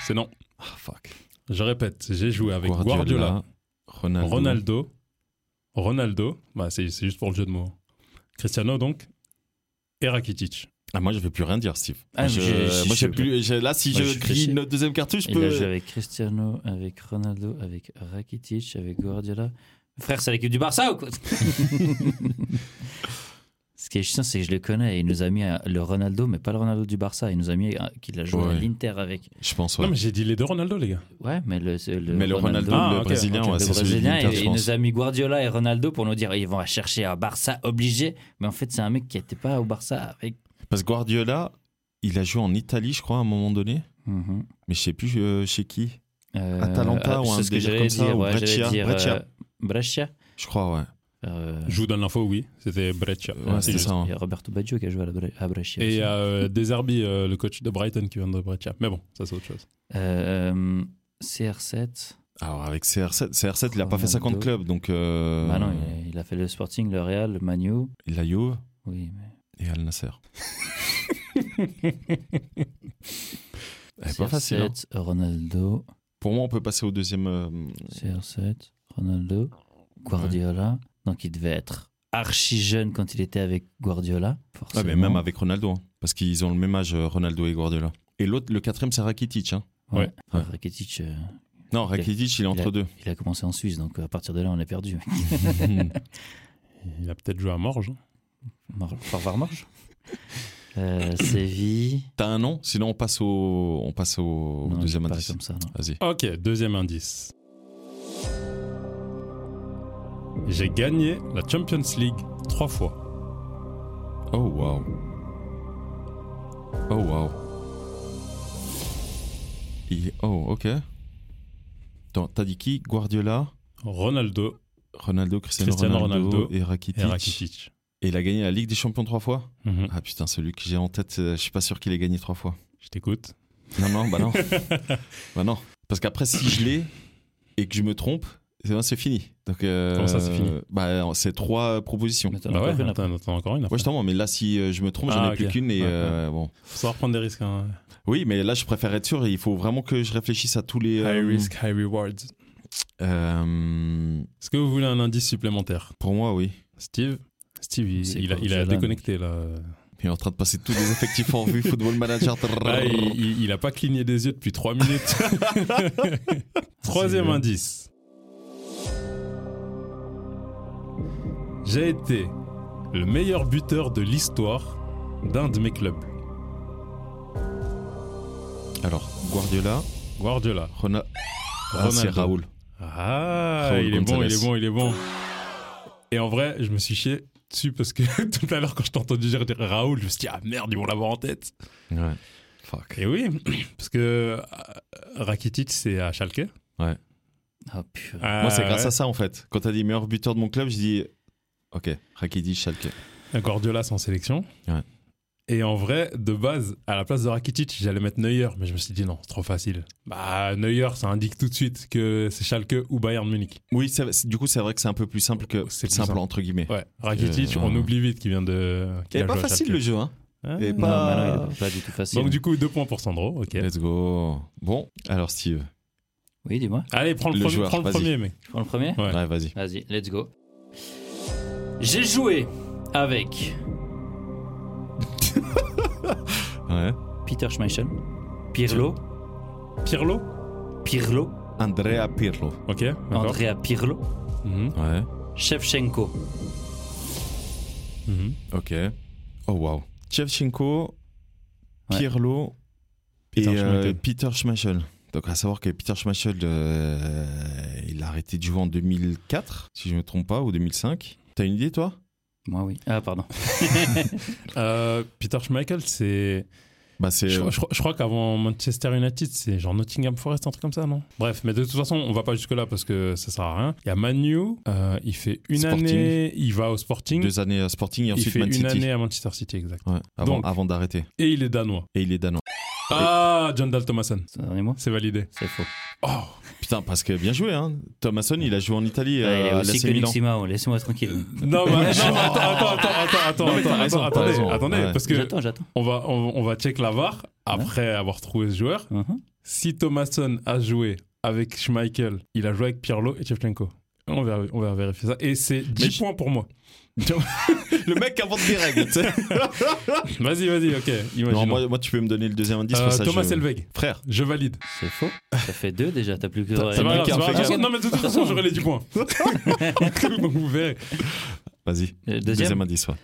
C: C'est non.
A: Ah, fuck.
C: Je répète, j'ai joué avec Guardiola
A: Ronaldo.
C: Ronaldo. Ronaldo. Bah, c'est c'est juste pour le jeu de mots. Cristiano, donc. Et Rakitic.
A: Ah, moi, je vais plus rien dire, Steve.
B: Ah, mais
A: je,
B: j'ai- j'ai-
A: moi, j'ai
B: j'ai-
A: plus. j'ai- Là, si
B: Moi, je
A: je
B: suis
A: crie
B: pressé.
A: notre deuxième cartouche, je
B: il a
A: peux.
B: joué avec Cristiano, avec Ronaldo, avec Rakitic, avec Guardiola. Frère, c'est l'équipe du Barça ou quoi Ce qui est chiant, c'est que je le connais. Il nous a mis euh, le Ronaldo, mais pas le Ronaldo du Barça. Il nous a mis euh, qu'il a joué à
A: Ouais.
B: l'Inter avec.
A: Je pense, ouais.
C: Non, mais j'ai dit les deux Ronaldo, les gars.
B: Ouais, mais le, c'est le
A: mais le Ronaldo,
C: Ah,
A: le
C: ok,
A: brésilien,
C: ok,
A: ouais,
B: le
A: c'est celui
B: Brésilien,
A: d'Inter,
B: il,
A: je
B: il
A: pense.
B: nous a mis Guardiola et Ronaldo pour nous dire ils vont chercher un Barça obligé. Mais en fait, c'est un mec qui n'était pas au Barça avec.
A: Parce que Guardiola, il a joué en Italie, je crois, à un moment donné.
B: Mhm.
A: Mais je sais plus euh, chez qui.
B: Euh,
A: Atalanta
B: ah,
A: ou
B: c'est
A: un
B: ce que
A: délire
B: j'allais
A: comme ça,
B: dire,
A: ou
B: ouais, j'allais
A: Breccia,
B: dire,
A: Breccia.
B: euh, Breccia.
A: Je crois, ouais.
B: Euh,
C: Je vous donne l'info, oui. C'était Breccia.
A: Ouais,
C: C'est
A: c'est
C: juste.
A: ça. hein.
B: Il y a Roberto Baggio qui a joué à, la Bre- à Brescia.
C: Et il
B: aussi.
C: y a euh, Deserbi, euh, le coach de Brighton, qui vient de Breccia. Mais bon, ça, c'est autre chose.
B: Euh, euh, CR7.
A: Alors avec CR7, CR7 il n'a pas fait
B: Ronaldo.
A: 50 clubs, donc euh,
B: Bah non, il a, il a fait le Sporting, le Real, le Manu.
A: la Juve
B: Oui, mais
A: et Al Nasser. Elle est pas
B: CR7,
A: facile. hein.
B: Ronaldo,
A: Pour moi, on peut passer au deuxième. euh,
B: CR7, Ronaldo, Guardiola. Donc il devait être archi jeune quand il était avec Guardiola.
A: Ah,
B: Forcément.
A: mais même avec Ronaldo, hein, parce qu'ils ont le même âge, euh, Ronaldo et Guardiola. Et l'autre, le quatrième, c'est Rakitic. hein.
B: Ouais.
C: Ouais.
B: Enfin, Rakitic, euh,
A: Non, Rakitic, il est entre deux.
B: il a commencé en Suisse, donc à partir de là, on est perdu. hein.
C: Il a peut-être joué à Morges. hein.
B: Mar- Forvard marche. Euh, Séville.
A: T'as un nom Sinon, on passe au, on passe au
B: Non,
A: deuxième
B: c'est pas
A: indice. Ah
B: Comme ça, non.
A: Vas-y.
C: Ok, deuxième indice. J'ai gagné la Champions League trois fois.
A: Oh wow. Oh wow. Il- Oh ok. Attends, T'as dit qui Guardiola,
C: Ronaldo
A: Ronaldo, Cristiano,
C: Cristiano
A: Ronaldo,
C: Ronaldo
A: et Rakitic.
C: et Rakitic.
A: Et il a gagné la Ligue des Champions trois fois.
C: Mhm.
A: Ah putain, celui que j'ai en tête, euh, je suis pas sûr qu'il ait gagné trois fois.
C: Je t'écoute.
A: Non non bah non bah non. Parce qu'après si je l'ai et que je me trompe, c'est c'est fini. Donc euh,
C: Comment ça, c'est fini
A: Bah c'est trois propositions.
B: Mais t'en as
C: Bah
B: pas
C: ouais,
B: fait, là.
C: attends, attends, encore une.
A: Ouais,
C: après.
A: je t'en vois, mais là, si euh, je me trompe, j'en ai
C: Ah,
A: plus
C: ok.
A: qu'une. Et
C: Ouais,
A: euh, bon.
C: Faut savoir prendre des risques. hein.
A: Oui, mais là, je préfère être sûr. Et il faut vraiment que je réfléchisse à tous les.
C: Ah
A: euh,
C: high rewards.
A: euh,
C: Est-ce que vous voulez un indice supplémentaire
A: pour moi, oui.
C: Steve Steve, il,
B: C'est
C: il a,
B: quoi,
C: il a
B: Jalan
C: déconnecté là.
A: Il est en train de passer tous les effectifs en vue, football manager.
C: Là, Ah, il, il- il a pas cligné des yeux depuis trois minutes. Troisième
B: C'est-
C: indice. J'ai été le meilleur buteur de l'histoire d'un de mes clubs.
A: Alors, Guardiola,
C: Guardiola.
A: Rona... Ah, c'est
C: Ronaldo.
A: Raoul.
C: Ah,
A: Raúl
C: il est bon,
A: González.
C: il est bon, il est bon. Et en vrai, je me suis chié dessus parce que tout à l'heure, quand je t'ai entendu dire dire Raoul, je me suis dit, ah merde, ils vont l'avoir en tête.
A: Ouais. Fuck.
C: Et oui, parce que euh, Rakitic, c'est à Schalke.
B: Ah, purée.
A: Moi, c'est grâce à ça, en fait. Quand t'as dit meilleur buteur de mon club, j'ai dit. Ok, Rakidi, Schalke.
C: ça. Guardiola sans sélection.
A: Ouais.
C: Et en vrai, de base, à la place de Rakitic, j'allais mettre Neuer, mais je me suis dit non, c'est trop facile. Bah, Neuer, ça indique tout de suite que c'est Schalke ou Bayern Munich.
A: Oui, c'est- c'est- du coup, c'est vrai que c'est un peu plus simple que.
C: C'est plus
A: simple,
C: simple.
A: entre guillemets.
C: Ouais, Rakitic,
A: Euh,
C: on
A: ouais.
C: oublie vite qu'il vient de. qu'il
A: Et
C: a
A: pas
C: joué à
A: facile
C: Schalke.
A: le hein. jeu, hein.
C: Ah.
A: Et
B: Non, bah
A: pas.
B: non, il est pas du tout facile.
C: Donc, du coup, deux points pour Sandro, ok.
A: Let's go. Bon, alors, Steve.
B: Oui, dis-moi.
C: Allez, prends le,
A: Le
C: premier,
A: joueur,
C: prends le
A: vas-y.
C: premier, mec.
B: Je prends le premier
C: Ouais.
A: ouais vas-y.
B: Vas-y, let's go. J'ai joué avec
A: Ouais.
B: Peter Schmeichel, Pirlo,
C: Pirlo
B: Pirlo,
A: Andrea Pirlo.
C: Ok, d'accord.
B: Andrea Pirlo,
C: Mhm,
A: Ouais.
B: Shevchenko.
C: mhm.
A: Ok. Oh wow. Shevchenko,
B: Ouais.
A: Pirlo
C: Peter
A: et euh,
C: Schmeichel.
A: Peter Schmeichel. Donc à savoir que Peter Schmeichel, euh, il a arrêté de jouer en 2004, si je ne me trompe pas, ou 2005. T'as une idée toi
B: Moi, oui. Ah, pardon.
C: Euh, Peter Schmeichel, c'est.
A: Bah c'est.
C: Je, je- je crois qu'avant Manchester United, c'est genre Nottingham Forest, un truc comme ça, non Bref, mais de toute façon, on va pas jusque-là parce que ça sert à rien. Il y a Manu, euh, il fait une
A: Sporting.
C: année, il va au Sporting,
A: Deux années à Sporting et
C: il
A: ensuite
C: fait
A: Man
C: une
A: City.
C: année à Manchester City, exact.
A: Ouais, avant,
C: Donc-
A: avant d'arrêter.
C: Et il est danois.
A: Et il est danois.
C: Ah, John Dahl Thomason,
B: C'est un dernier mot
C: c'est validé.
B: C'est faux.
C: Oh,
A: Putain, parce que bien joué, hein. Thomason, il a joué en Italie.
B: Ah, il
A: euh,
B: est
A: à
B: aussi
A: l'AC
B: connu que
A: Milan.
B: Simao, laissez-moi tranquille.
C: non, mais- non, mais attends, attends, attends, attends, attends,
A: Non, mais t'as
C: attends,
A: raison, t'as
C: attendez,
A: raison.
C: attendez,
A: Ouais.
C: parce que
B: J'attends, j'attends.
C: on va, on, on va check la VAR après avoir trouvé ce joueur.
B: Mhm.
C: Si Thomasson a joué avec Schmeichel, il a joué avec Pirlo et Chevchenko. On va, on va vérifier ça. Et c'est 10
A: Mais je-
C: points pour moi.
A: Le mec invente des règles. tu sais.
C: Vas-y, vas-y, ok. Imaginons.
A: non, moi, moi, tu peux me donner le deuxième indice.
C: Euh,
A: parce que ça,
C: Thomas
A: je-
C: Elveg,
A: Frère.
C: je valide.
B: C'est faux. Ça fait deux déjà, t'as plus que.
A: T'as- t'as
C: C'est pas
A: mec
C: grave,
A: qui a
C: c'est pas
A: fait
C: grave.
A: gaffe.
C: Non, mais de toute façon, j'aurai les 10 points. Donc, vous verrez.
A: Vas-y.
B: Euh,
A: Deuxième
B: Deuxième.
A: indice, ouais.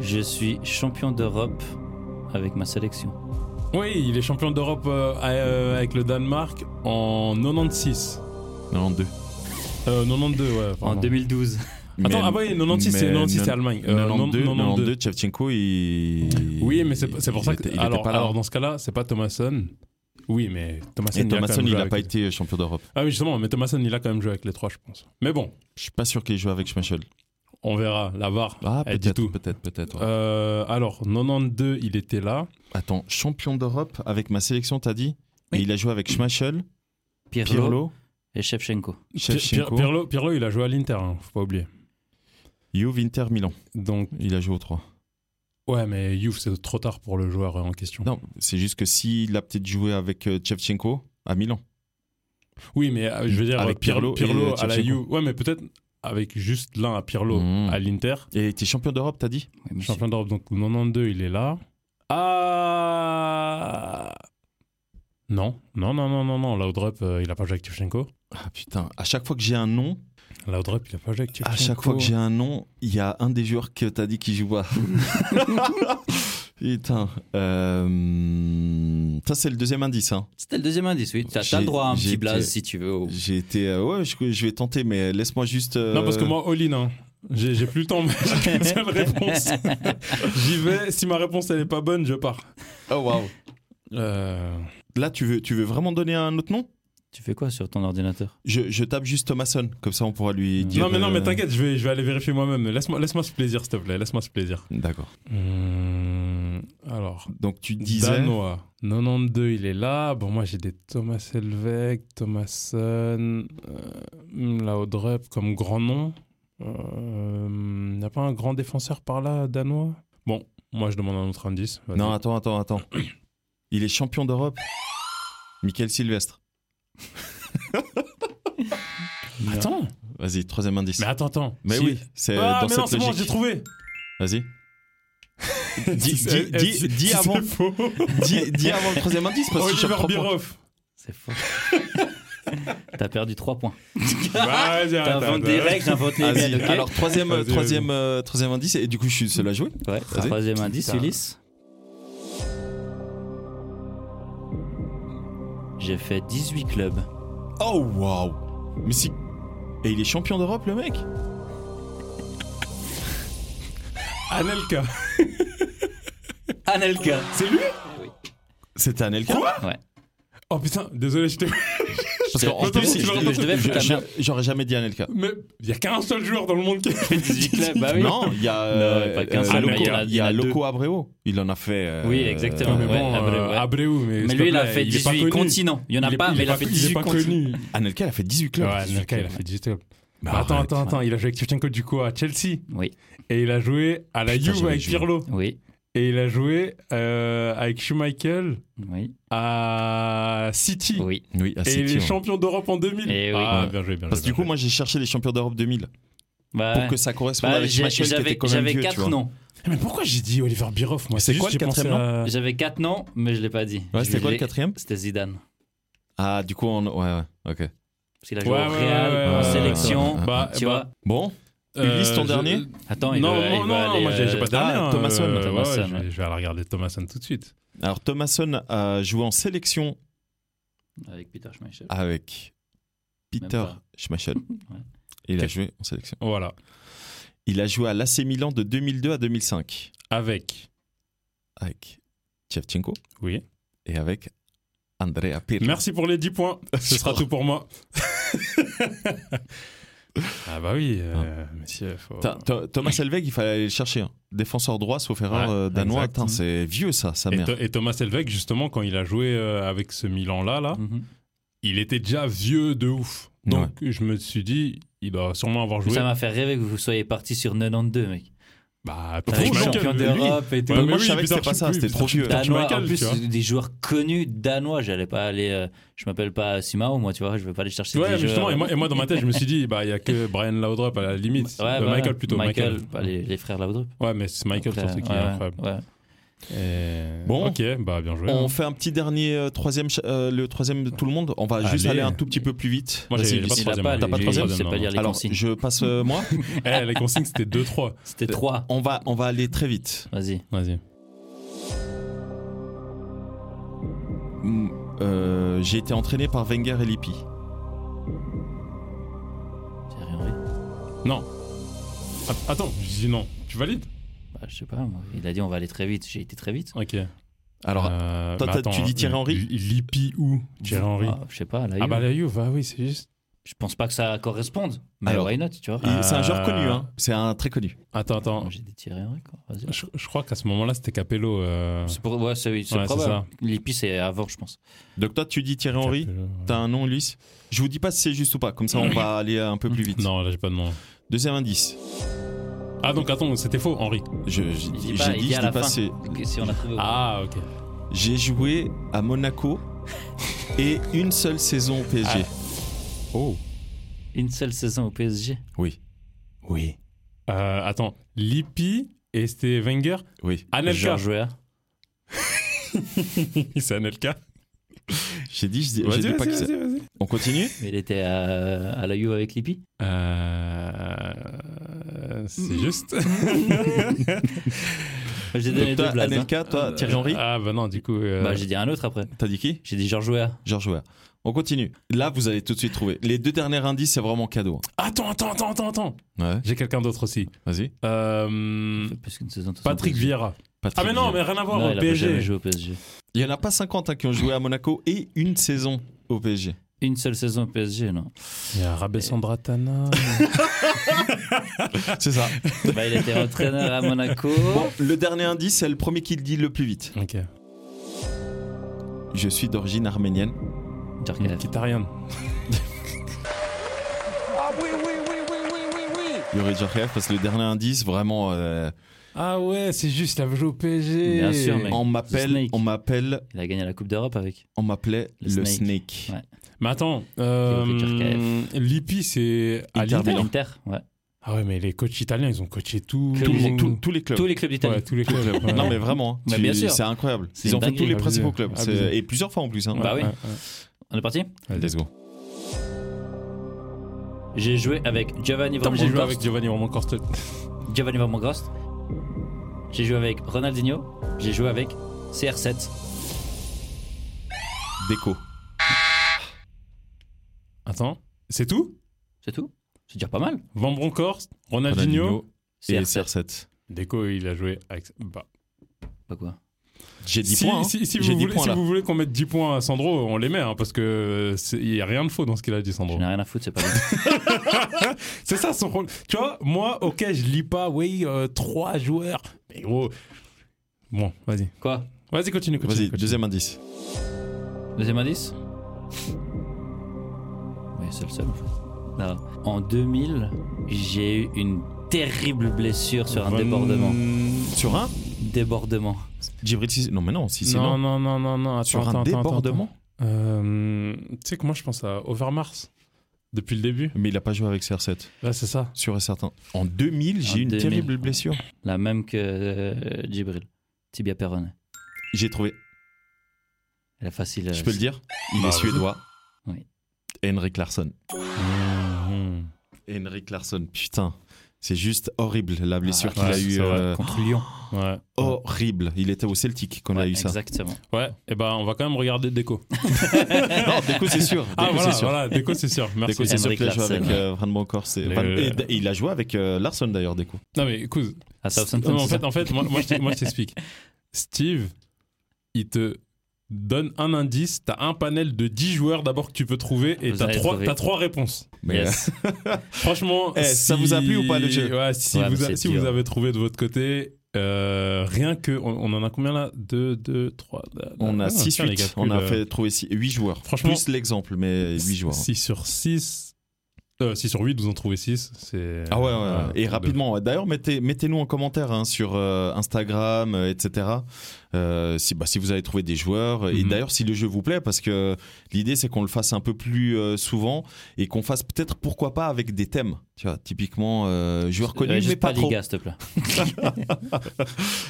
B: Je suis champion d'Europe avec ma sélection.
C: Oui, il est champion d'Europe euh, à- euh, avec le Danemark en 96.
A: Non, deux.
C: Euh, 92, ouais.
B: En
C: pardon.
B: 2012.
C: Attends, ah oui, 96, c'est
A: mais
C: 96, c'est
A: non-
C: Allemagne. Euh,
A: 92,
C: non- 92.
A: 92, Shevchenko, il.
C: Oui, mais c'est c'est pour
A: il
C: ça que.
A: était- il était
C: alors,
A: pas là.
C: alors dans ce cas-là, c'est pas Thomasson. Oui, mais Thomasson,
A: Et
C: il a quand
A: Thomasson,
C: même
A: il
C: joué
A: n'a
C: avec
A: pas
C: les-
A: été champion d'Europe.
C: Ah oui, justement, mais Thomasson, il a quand même joué avec les trois, je pense. Mais bon,
A: Je suis pas sûr qu'il joue avec Schmeichel.
C: on verra. La VAR,
A: Ah,
C: elle dit
A: peut-être,
C: Eh, tout.
A: peut-être, peut-être. ouais.
C: Euh, alors, 92, il était là.
A: Attends, champion d'Europe avec ma sélection, t'as dit
B: Oui.
A: Et il a joué avec Schmeichel
B: Pirlo,
A: Pirlo,
B: et Shevchenko.
A: Shevchenko,
C: Pirlo, Pirlo, il a joué à l'Inter, hein, faut pas oublier.
A: Juve, Inter, Milan.
C: Donc,
A: Il a joué aux trois.
C: ouais, mais Youf, c'est trop tard pour le joueur euh, en question.
A: Non, c'est juste que s'il a peut-être joué avec euh, Shevchenko à Milan.
C: Oui, mais euh, je veux dire,
A: Avec
C: avec Pirlo,
A: Pirlo et,
C: Pirlo
A: euh,
C: à la
A: Shevchenko.
C: Juve. Ouais, mais peut-être avec juste l'un à Pirlo
A: Mhm.
C: à l'Inter.
A: Et il était champion d'Europe, t'as dit
B: Ouais, mais
C: Champion d'Europe, donc 92, il est là. Ah Non, non, non, non, non, non. Laudrup, euh, il a pas joué avec Tchevchenko.
A: Ah putain, à chaque fois que j'ai un nom,
C: Laudrup, il a pas joué avec Tchevchenko.
A: à chaque fois que j'ai un nom, il y a un des joueurs que t'as dit qui joue pas. putain. euh, Ça, c'est le deuxième indice. hein.
B: C'était le deuxième indice, oui. T'as t'as
A: J'ai-
B: le droit à un
A: j'ai
B: petit
A: été-
B: blaze si tu veux. au-
A: J'ai été. euh, ouais, je, je vais tenter, mais laisse-moi juste. euh,
C: Non, parce que moi, all-in, hein. j'ai j'ai plus le temps, mais j'ai qu'une seule réponse. J'y vais. Si ma réponse, elle est pas bonne, je pars.
A: Oh, waouh.
C: Euh,
A: Là, tu veux, tu veux vraiment donner un autre nom
B: Tu fais quoi sur ton ordinateur
A: je, je tape juste Thomason, comme ça on pourra lui
B: Non,
A: dire.
C: Non, mais non, mais
A: euh,
C: t'inquiète, je vais, je vais aller vérifier moi-même. Laisse-moi laisse ce plaisir, s'il te plaît. Laisse-moi ce plaisir.
A: D'accord. Hmm.
C: Hum, Alors,
A: Donc tu disais.
C: Danois. 92, il est là. Bon, moi, j'ai des Thomas Helveg, Thomasson, euh, Laudrup comme grand nom. Il n'y a pas un grand défenseur par là, danois Bon, moi, je demande un autre indice. Vas-y.
A: Non, attends, attends, attends. Il est champion d'Europe. Michael Sylvestre.
C: Attends
A: Vas-y, troisième indice.
C: Mais attends, attends.
A: Mais
C: Si-
A: oui, c'est
C: Ah,
A: dans
C: mais
A: cette
C: non, c'est bon,
A: logique.
C: j'ai trouvé
A: Vas-y. Dis-
C: C'est-
A: dis- dis-
C: c'est-
A: dis
C: c'est
A: avant.
C: faux.
A: dis, dis avant le troisième indice parce que je
C: Oliver
A: reprends pas.
C: Biroff.
B: C'est fort. T'as perdu 3 points.
C: Bah, vas-y, arrête,
B: T'inventes
C: arrête,
B: des
C: arrête.
B: règles, j'invente les
A: Vas-y.
B: miennes, ok
A: Alors troisième,
C: Vas-y, vas-y.
A: troisième, euh, troisième indice et du coup je suis seul à jouer.
B: Ouais,
A: Vas-y.
B: troisième indice,
C: Putain.
B: Ulysse. J'ai fait 18 clubs.
A: Oh waouh Mais si. Et il est champion d'Europe le mec
C: Anelka.
B: Anelka
C: C'est lui
A: C'était Anelka Quoi
B: Ouais.
C: Oh putain, désolé, je t'ai.
A: Parce qu'en
C: Attends,
A: plus
C: tu
A: je-
C: vas-
A: je-
B: je devais foutre la
A: je- j'aurais jamais dit Anelka.
C: Mais il n'y a qu'un seul joueur dans le monde qui.
B: fait 18 clubs, bah oui.
A: Non, il y a,
B: Non, pas qu'un
A: euh,
B: seul,
A: Loco-
C: mais il y en
B: a-
A: il y a
B: il y en a
A: Loco Abreu. Il en a fait. euh,
B: Oui, exactement.
A: euh,
C: mais
B: Ouais,
C: bon,
B: Abreu,
C: euh,
B: ouais.
C: Abreu, mais.
B: Mais
C: s'il te
B: lui, il a
C: plaît,
B: fait
C: est pas
B: 18
C: connu.
B: continents. Il y en a
C: est-
B: pas, mais il a
C: pas-
B: fait
C: est
B: 18
C: pas
B: continents.
C: connu.
A: Anelka, il a fait 18 clubs. Bah,
C: Ouais, Anelka, il a fait 18 clubs.
A: Mais
B: Bah,
C: attends,
A: arrête.
C: attends, attends, il a joué avec Tchevchenko du coup à Chelsea.
B: Oui.
C: Et il a joué à la
A: Putain,
C: Juve
A: j'avais
C: avec
A: joué.
C: Pirlo.
B: Oui,
C: Et il a joué euh, avec Schumacher
B: oui,
C: à City.
B: oui.
A: Oui, à
C: Et
A: City,
C: il est
A: ouais.
C: champion d'Europe en 2000.
B: Eh oui.
C: Ah,
A: Ouais.
C: bien joué, bien joué.
A: Parce que du
C: bien
A: coup,
C: joué.
A: moi, j'ai cherché les champions d'Europe 2000
B: Bah,
A: pour que ça corresponde
B: bah,
A: avec
B: j'ai-
A: Schmeichel qui était
B: j'avais
A: quand même
B: j'avais
A: vieux, tu
B: 4
A: vois.
B: noms.
C: Mais pourquoi j'ai dit Oliver Biroff moi
A: C'est
C: juste,
A: quoi le
C: j'ai pensé
A: quatrième
C: à-
B: J'avais 4 noms, mais je l'ai pas dit.
A: Ouais,
B: Je
A: c'était quoi
B: l'ai-
A: le quatrième
B: C'était Zidane.
A: Ah, du coup, on... ouais, ouais, ok.
B: Parce qu'il a joué
C: Ouais,
B: au
C: ouais,
B: Real,
C: ouais,
A: ouais,
B: en
A: ouais,
B: sélection.
A: ouais,
C: Bah,
B: Tu
C: bah, euh,
B: vois
A: Bon, Ulysse, ton
C: je-
A: dernier
B: Attends, il
C: Non,
B: veut, il
C: non,
B: veut
C: non,
B: aller,
C: moi j'ai
B: euh,
C: j'ai pas de
A: Ah,
C: dernier. hein,
A: Thomasson,
C: euh, ouais,
B: Thomasson,
C: ouais, je vais-
B: ouais.
C: Je vais aller regarder Thomasson tout de suite.
A: alors Thomasson a joué en sélection
B: Avec Peter Schmeichel.
A: avec Peter
B: pas.
A: Schmeichel.
C: Hein
A: Et Il a
C: Ok.
A: joué en sélection.
C: Voilà.
A: Il a joué à l'AC Milan de 2002 à 2005
C: Avec.
A: avec Shevchenko
C: Oui.
A: et avec Andrea Pirlo.
C: Merci pour les 10 points. Ce sera tout pour moi. ah bah oui, euh, messieurs. Faut...
A: Putain, Tho- Thomas Helveg, il fallait aller le chercher. hein. Défenseur droit, sauf erreur,
C: Ouais,
A: euh, danois.
C: exact.
A: Putain, C'est vieux ça, sa
C: Et,
A: mère.
C: Tho- et Thomas Helveg, justement, quand il a joué euh, avec ce Milan-là, là,
B: Mhm.
C: il était déjà vieux de ouf. Donc je me suis dit, il doit sûrement avoir joué.
B: Ça m'a fait rêver que vous soyez parti sur 92, mec.
C: Bah,
B: T'as
A: Franchement,
B: les
A: Franchement,
B: champions
C: lui.
B: d'Europe et tout.
C: Ouais, mais
A: moi,
C: oui,
A: je savais que
C: Peter
A: c'était pas ça,
C: Schmeichel,
A: c'était trop
C: Peter
A: vieux.
C: Schmeichel,
B: Danois, en
C: tu vois.
B: plus, des joueurs connus danois. J'allais pas aller. euh, je m'appelle pas Simao, moi, tu vois. Je vais pas aller chercher
C: Ouais,
B: des
C: mais justement,
B: joueurs.
C: et moi, et moi, dans ma tête, je me suis dit, bah, il n'y a que Brian Laudrup à la limite.
B: Ouais,
C: Euh,
B: bah,
C: Michael plutôt.
B: Michael, bah, les, les frères Laudrup.
C: Ouais, mais c'est Michael
B: Après,
C: surtout qui
B: ouais,
C: est incroyable.
B: ouais.
C: Et-
A: Bon.
C: Ok, bah, bien joué.
B: Mm.
A: On fait un petit dernier, euh, troisième, ch- euh, le troisième de tout le monde. On va juste aller
C: Allez.
A: un tout petit peu plus vite.
C: Moi, j'ai
A: Vas-y,
C: j'ai
A: Ulysse.
B: Il a
C: troisième,
B: pas,
C: hein.
A: T'as pas
B: lui,
A: troisième
B: il sait pas dire les
A: Alors,
B: consignes.
A: je passe euh, moi.
C: Eh, les consignes, c'était 2-3.
B: C'était 3.
A: On va, on va aller très vite.
B: Vas-y.
C: Vas-y.
A: Mm, euh, J'ai été entraîné par Wenger et Lippi.
B: J'ai rien envie.
C: Non. Att- Attends, je dis non. Tu valides
B: Bah, je sais pas, moi. Il a dit on va aller très vite. J'ai été très vite.
C: Ok.
A: Alors,
C: Euh,
A: toi,
C: bah,
A: t'as- tu dis Thierry Henry
C: Il il- il lit pis où Thierry Henry. bah,
B: Ah, je sais pas, là.
C: Ah bah la Juve, ah oui, c'est juste.
B: Je pense pas que ça corresponde. Mais
A: Alors,
B: why not, tu vois
A: Il- C'est un
C: Euh,
A: joueur connu, hein. c'est un très connu.
C: Attends, attends.
B: Moi, J'ai détiré un record. Vas-y.
C: Je, je crois qu'à ce moment-là, c'était Capello. euh,
B: C'est pour... Ouais, c'est oui, c'est
C: Ouais, c'est
B: probable. L'IPI, c'est avant, je pense.
A: Donc toi, tu dis Thierry Henry,
C: Capello, ouais.
A: t'as un nom, Ulysse Je vous dis pas si c'est juste ou pas, comme ça
B: Mm.
A: on va aller un peu plus vite.
C: Non, là, j'ai pas de nom.
A: Deuxième indice.
C: Ah, donc attends, c'était faux, Henri.
A: Je- J'ai
B: dit
A: j'ai dit,
B: pas, il dit
A: je
B: à
A: dis
B: la
A: pas
B: fin.
A: c'est-
B: Ok, si on a trouvé.
C: Ah, ok.
A: J'ai joué à Monaco et une seule saison au PSG.
B: Ah.
C: Oh.
B: Une seule saison au PSG.
A: Oui. Oui.
C: Euh, attends, Lippi et c'était Wenger
A: Oui.
C: Anelka.
B: Georges Weah.
C: C'est Anelka.
A: J'ai dit, je dis, j'ai
C: Vas-y,
A: dit
C: vas-y,
A: pas que c'est-
C: vas-y. vas-y.
A: On continue
B: Mais il était à, à la U avec l'IPI.
C: Euh, C'est juste.
B: J'ai donné
A: Donc
B: deux
A: toi,
B: blazes. hein.
A: Anelka, toi, Thierry Henry,
C: Ah, bah non, du coup. euh,
B: Bah, j'ai dit un autre après.
A: t'as dit qui
B: J'ai dit Georges Weah.
A: Georges Weah. On continue. Là, vous allez tout de suite trouver. Les deux derniers indices, c'est vraiment cadeau.
C: Attends, attends, attends, attends, attends.
A: Ouais,
C: J'ai quelqu'un d'autre aussi.
A: vas-y.
C: Euh,
B: Parce qu'une saison, de toute
C: Patrick
B: façon,
C: Vieira. Ah,
A: Patrick
C: mais non,
A: Vieira.
C: mais rien à voir
B: Non,
C: au
B: il a pas jamais
C: PSG.
B: joué au PSG.
A: Il y en a pas 50 hein, qui ont joué à Monaco et une saison au PSG.
B: Une seule saison au PSG, non.
C: Il y a Rabessandra Tana.
A: C'est ça.
B: Bah, il était entraîneur à Monaco.
A: Bon, le dernier indice, c'est le premier qui le dit le plus vite.
C: ok.
A: Je suis d'origine arménienne.
B: Djarkaev.
C: Kitarian.
A: Yuri Djorkaeff, parce que le dernier indice, vraiment, euh,
C: Ah ouais, c'est juste, il avait joué au PSG.
B: Bien sûr, mec.
A: on m'appelle,
B: Snake.
A: on m'appelle,
B: Il a gagné la Coupe d'Europe avec.
A: on m'appelait
B: Le
A: le
B: Snake.
A: Snake.
B: Ouais.
C: Mais attends, euh,
B: Qui est au Djorkaeff.
C: Lippi, c'est à
A: Inter
C: l'Inter.
A: Milan.
B: Inter, ouais.
C: Ah ouais, mais les coachs italiens, ils ont coaché tout.
B: Que
A: Tous,
B: Tous
A: les,
B: les-
A: tous- tous les clubs.
B: Tous les clubs d'Italie.
C: Ouais, tous les clubs. ouais.
A: Non mais vraiment, hein.
B: Mais
A: Tu-
B: bien sûr.
A: c'est incroyable.
B: C'est
A: Ils ont
B: une
A: fait tous les
B: dinguerie.
A: principaux
C: Abusé.
A: clubs C'est-
C: Abusé.
A: et plusieurs fois en plus. hein.
C: Ah, Ouais,
B: Bah oui.
C: ouais, ouais.
B: On est parti
A: Let's go.
B: J'ai joué avec Giovanni Van
C: Putain, mais J'ai joué avec
B: Bronckhorst.
C: Giovanni Roman Corset.
B: Giovanni Van Bronckhorst. J'ai joué avec Ronaldinho. J'ai joué avec CR7.
A: Déco.
C: Attends, c'est tout
B: C'est tout C'est déjà pas mal.
C: Van Bronckhorst, Ronaldinho.
A: Ronaldinho et
B: CR7.
A: CR7.
C: Deco, il a joué avec. Bah.
B: Pas quoi.
A: J'ai 10
C: si,
A: points. hein.
C: si, si
A: J'ai
C: vous
A: 10
C: voulez,
A: points,
C: si
A: là.
C: vous voulez qu'on mette 10 points à Sandro, on les met, hein, parce que c'est- il n'y a rien de faux dans ce qu'il a dit, Sandro.
B: J'en ai rien à foutre, c'est pas mal.
C: C'est ça son rôle. Tu vois, moi, ok, je lis pas, oui, euh, trois joueurs. Mais gros. Bon, vas-y.
B: quoi
C: Vas-y, continue, continue.
A: Vas-y,
C: continue.
A: deuxième indice.
B: Deuxième indice Oui, c'est le seul en fait. Non. En 2000, j'ai eu une terrible blessure sur un
C: Van-
B: débordement.
A: Sur un
B: Débordement.
A: Djibril Cissé- Non mais non, si c'est
C: Non,
A: non.
C: non, non, non, non. attends,
A: Sur
C: attends,
A: un
C: attends,
A: débordement
C: attends. Euh, tu sais que moi, je pense à Overmars depuis le début.
A: Mais il a pas joué avec CR7,
C: Là, c'est ça.
A: sûr et certain. En 2000, j'ai eu une
B: 2000.
A: terrible blessure.
B: La même que euh, Djibril. Tibia Perronne.
A: J'ai trouvé,
B: Elle est facile. euh,
A: je peux le dire, il
C: Bah,
A: est
C: vas-y.
A: suédois.
B: Oui.
A: Henrik Larsson.
C: Mhm.
A: Henrik Larsson, putain. C'est juste horrible la blessure
B: Ah,
A: qu'il
C: ouais,
A: a
C: c'est
A: eue.
C: vrai.
A: euh,
B: Contre Lyon.
C: Ouais.
A: horrible. Il était au Celtic quand on a
B: Ouais,
A: eu ça.
B: Exactement.
C: Ouais,
A: eh
C: et ben on va quand même regarder Déco.
A: Non, Deco, c'est sûr.
C: Ah
A: Deco,
C: voilà,
A: c'est sûr.
C: voilà, Déco c'est sûr. Merci.
A: Deco, c'est sûr
B: Henrik
A: qu'il a joué
B: Larsson,
A: avec
B: ouais.
A: euh, Van Bronckhorst et,
C: Le-
A: Van- et d- et il a joué avec euh, Larsson d'ailleurs, Deco.
C: Non mais écoute,
B: À Southampton.
C: non, en
B: c'est
C: fait,
B: ça
C: en fait, moi, moi, je t'ai- moi, je t'explique. Steve, il te donne un indice, t'as un panel de 10 joueurs d'abord que tu peux trouver et
B: Vous
C: t'as
B: avez
C: trois,
B: trouvé.
C: t'as trois réponses.
B: Yes.
C: Franchement,
A: Eh, ça vous a plu ou pas, le jeu
C: Ouais, si,
B: Ouais, mais
C: vous, a-
B: c'est
C: si
B: dur.
C: vous avez trouvé de votre côté, euh, rien que, on, on en a combien là 2, 2, 3.
A: On
C: Ah,
A: a 6 8 On a
C: euh,
A: fait trouver 8 joueurs.
C: Franchement-
A: plus l'exemple, mais 8 joueurs.
C: 6 sur 6. 6 sur 8, vous en trouvez 6. C'est... euh,
A: Ah ouais, ouais, ouais. et
C: de-
A: rapidement. D'ailleurs, mettez, mettez-nous en commentaire hein, sur euh, Instagram, euh, etc. euh, si, bah, si vous avez trouvé des joueurs. Et
C: Mhm.
A: d'ailleurs, si le jeu vous plaît, parce que l'idée, c'est qu'on le fasse un peu plus euh, souvent et qu'on fasse peut-être, pourquoi pas, avec des thèmes. Tu vois, typiquement, euh, joueurs connus,
B: Euh,
A: mais
B: juste
A: pas, trop.
B: Liga, s'il te plaît.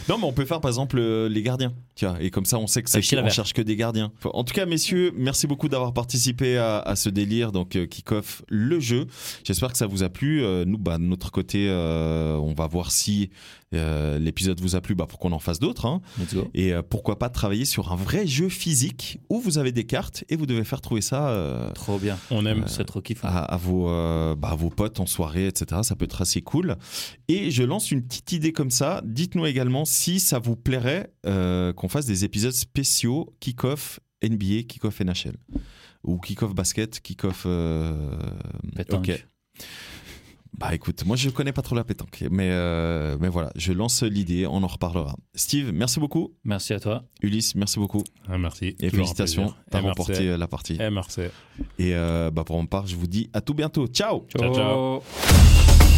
A: Non, mais on peut faire, par exemple, euh, les gardiens. Tu vois, et comme ça, on sait que
B: Euh, chez
A: c'est on
B: Lavert.
A: cherche que des gardiens. Enfin, En tout cas, messieurs, merci beaucoup d'avoir participé à, à ce délire, donc euh, kick-off le jeu. J'espère que ça vous a plu. Euh, nous, bah, de notre côté, euh, on va voir si euh, l'épisode vous a plu bah, pour qu'on en fasse d'autres. hein.
B: Let's go.
A: Et euh, pourquoi pas travailler sur un vrai jeu physique où vous avez des cartes et vous devez faire trouver ça euh, ah,
B: Trop bien.
C: On aime.
B: Ce serait trop kiffant.
A: à, à vos, euh, bah, à vos potes en soirée, etc. Ça peut être assez cool. Et je lance une petite idée comme ça. Dites-nous également si ça vous plairait euh, qu'on fasse des épisodes spéciaux kick-off NBA, kick-off NHL. ou kick-off basket, kick-off. euh,
B: Pétanque.
A: ok. Bah écoute, moi je connais pas trop la pétanque, mais, euh, mais voilà, je lance l'idée, on en reparlera. Steve, merci beaucoup.
B: Merci à toi.
A: Ulysses, merci beaucoup.
C: Ah, merci.
A: Et
C: Toujours un
A: félicitations,
C: plaisir.
A: t'as
C: Eh, merci.
A: remporté euh, la partie.
C: Eh, merci.
A: Et euh, bah pour mon part, je vous dis à tout bientôt. Ciao
C: Ciao, ciao.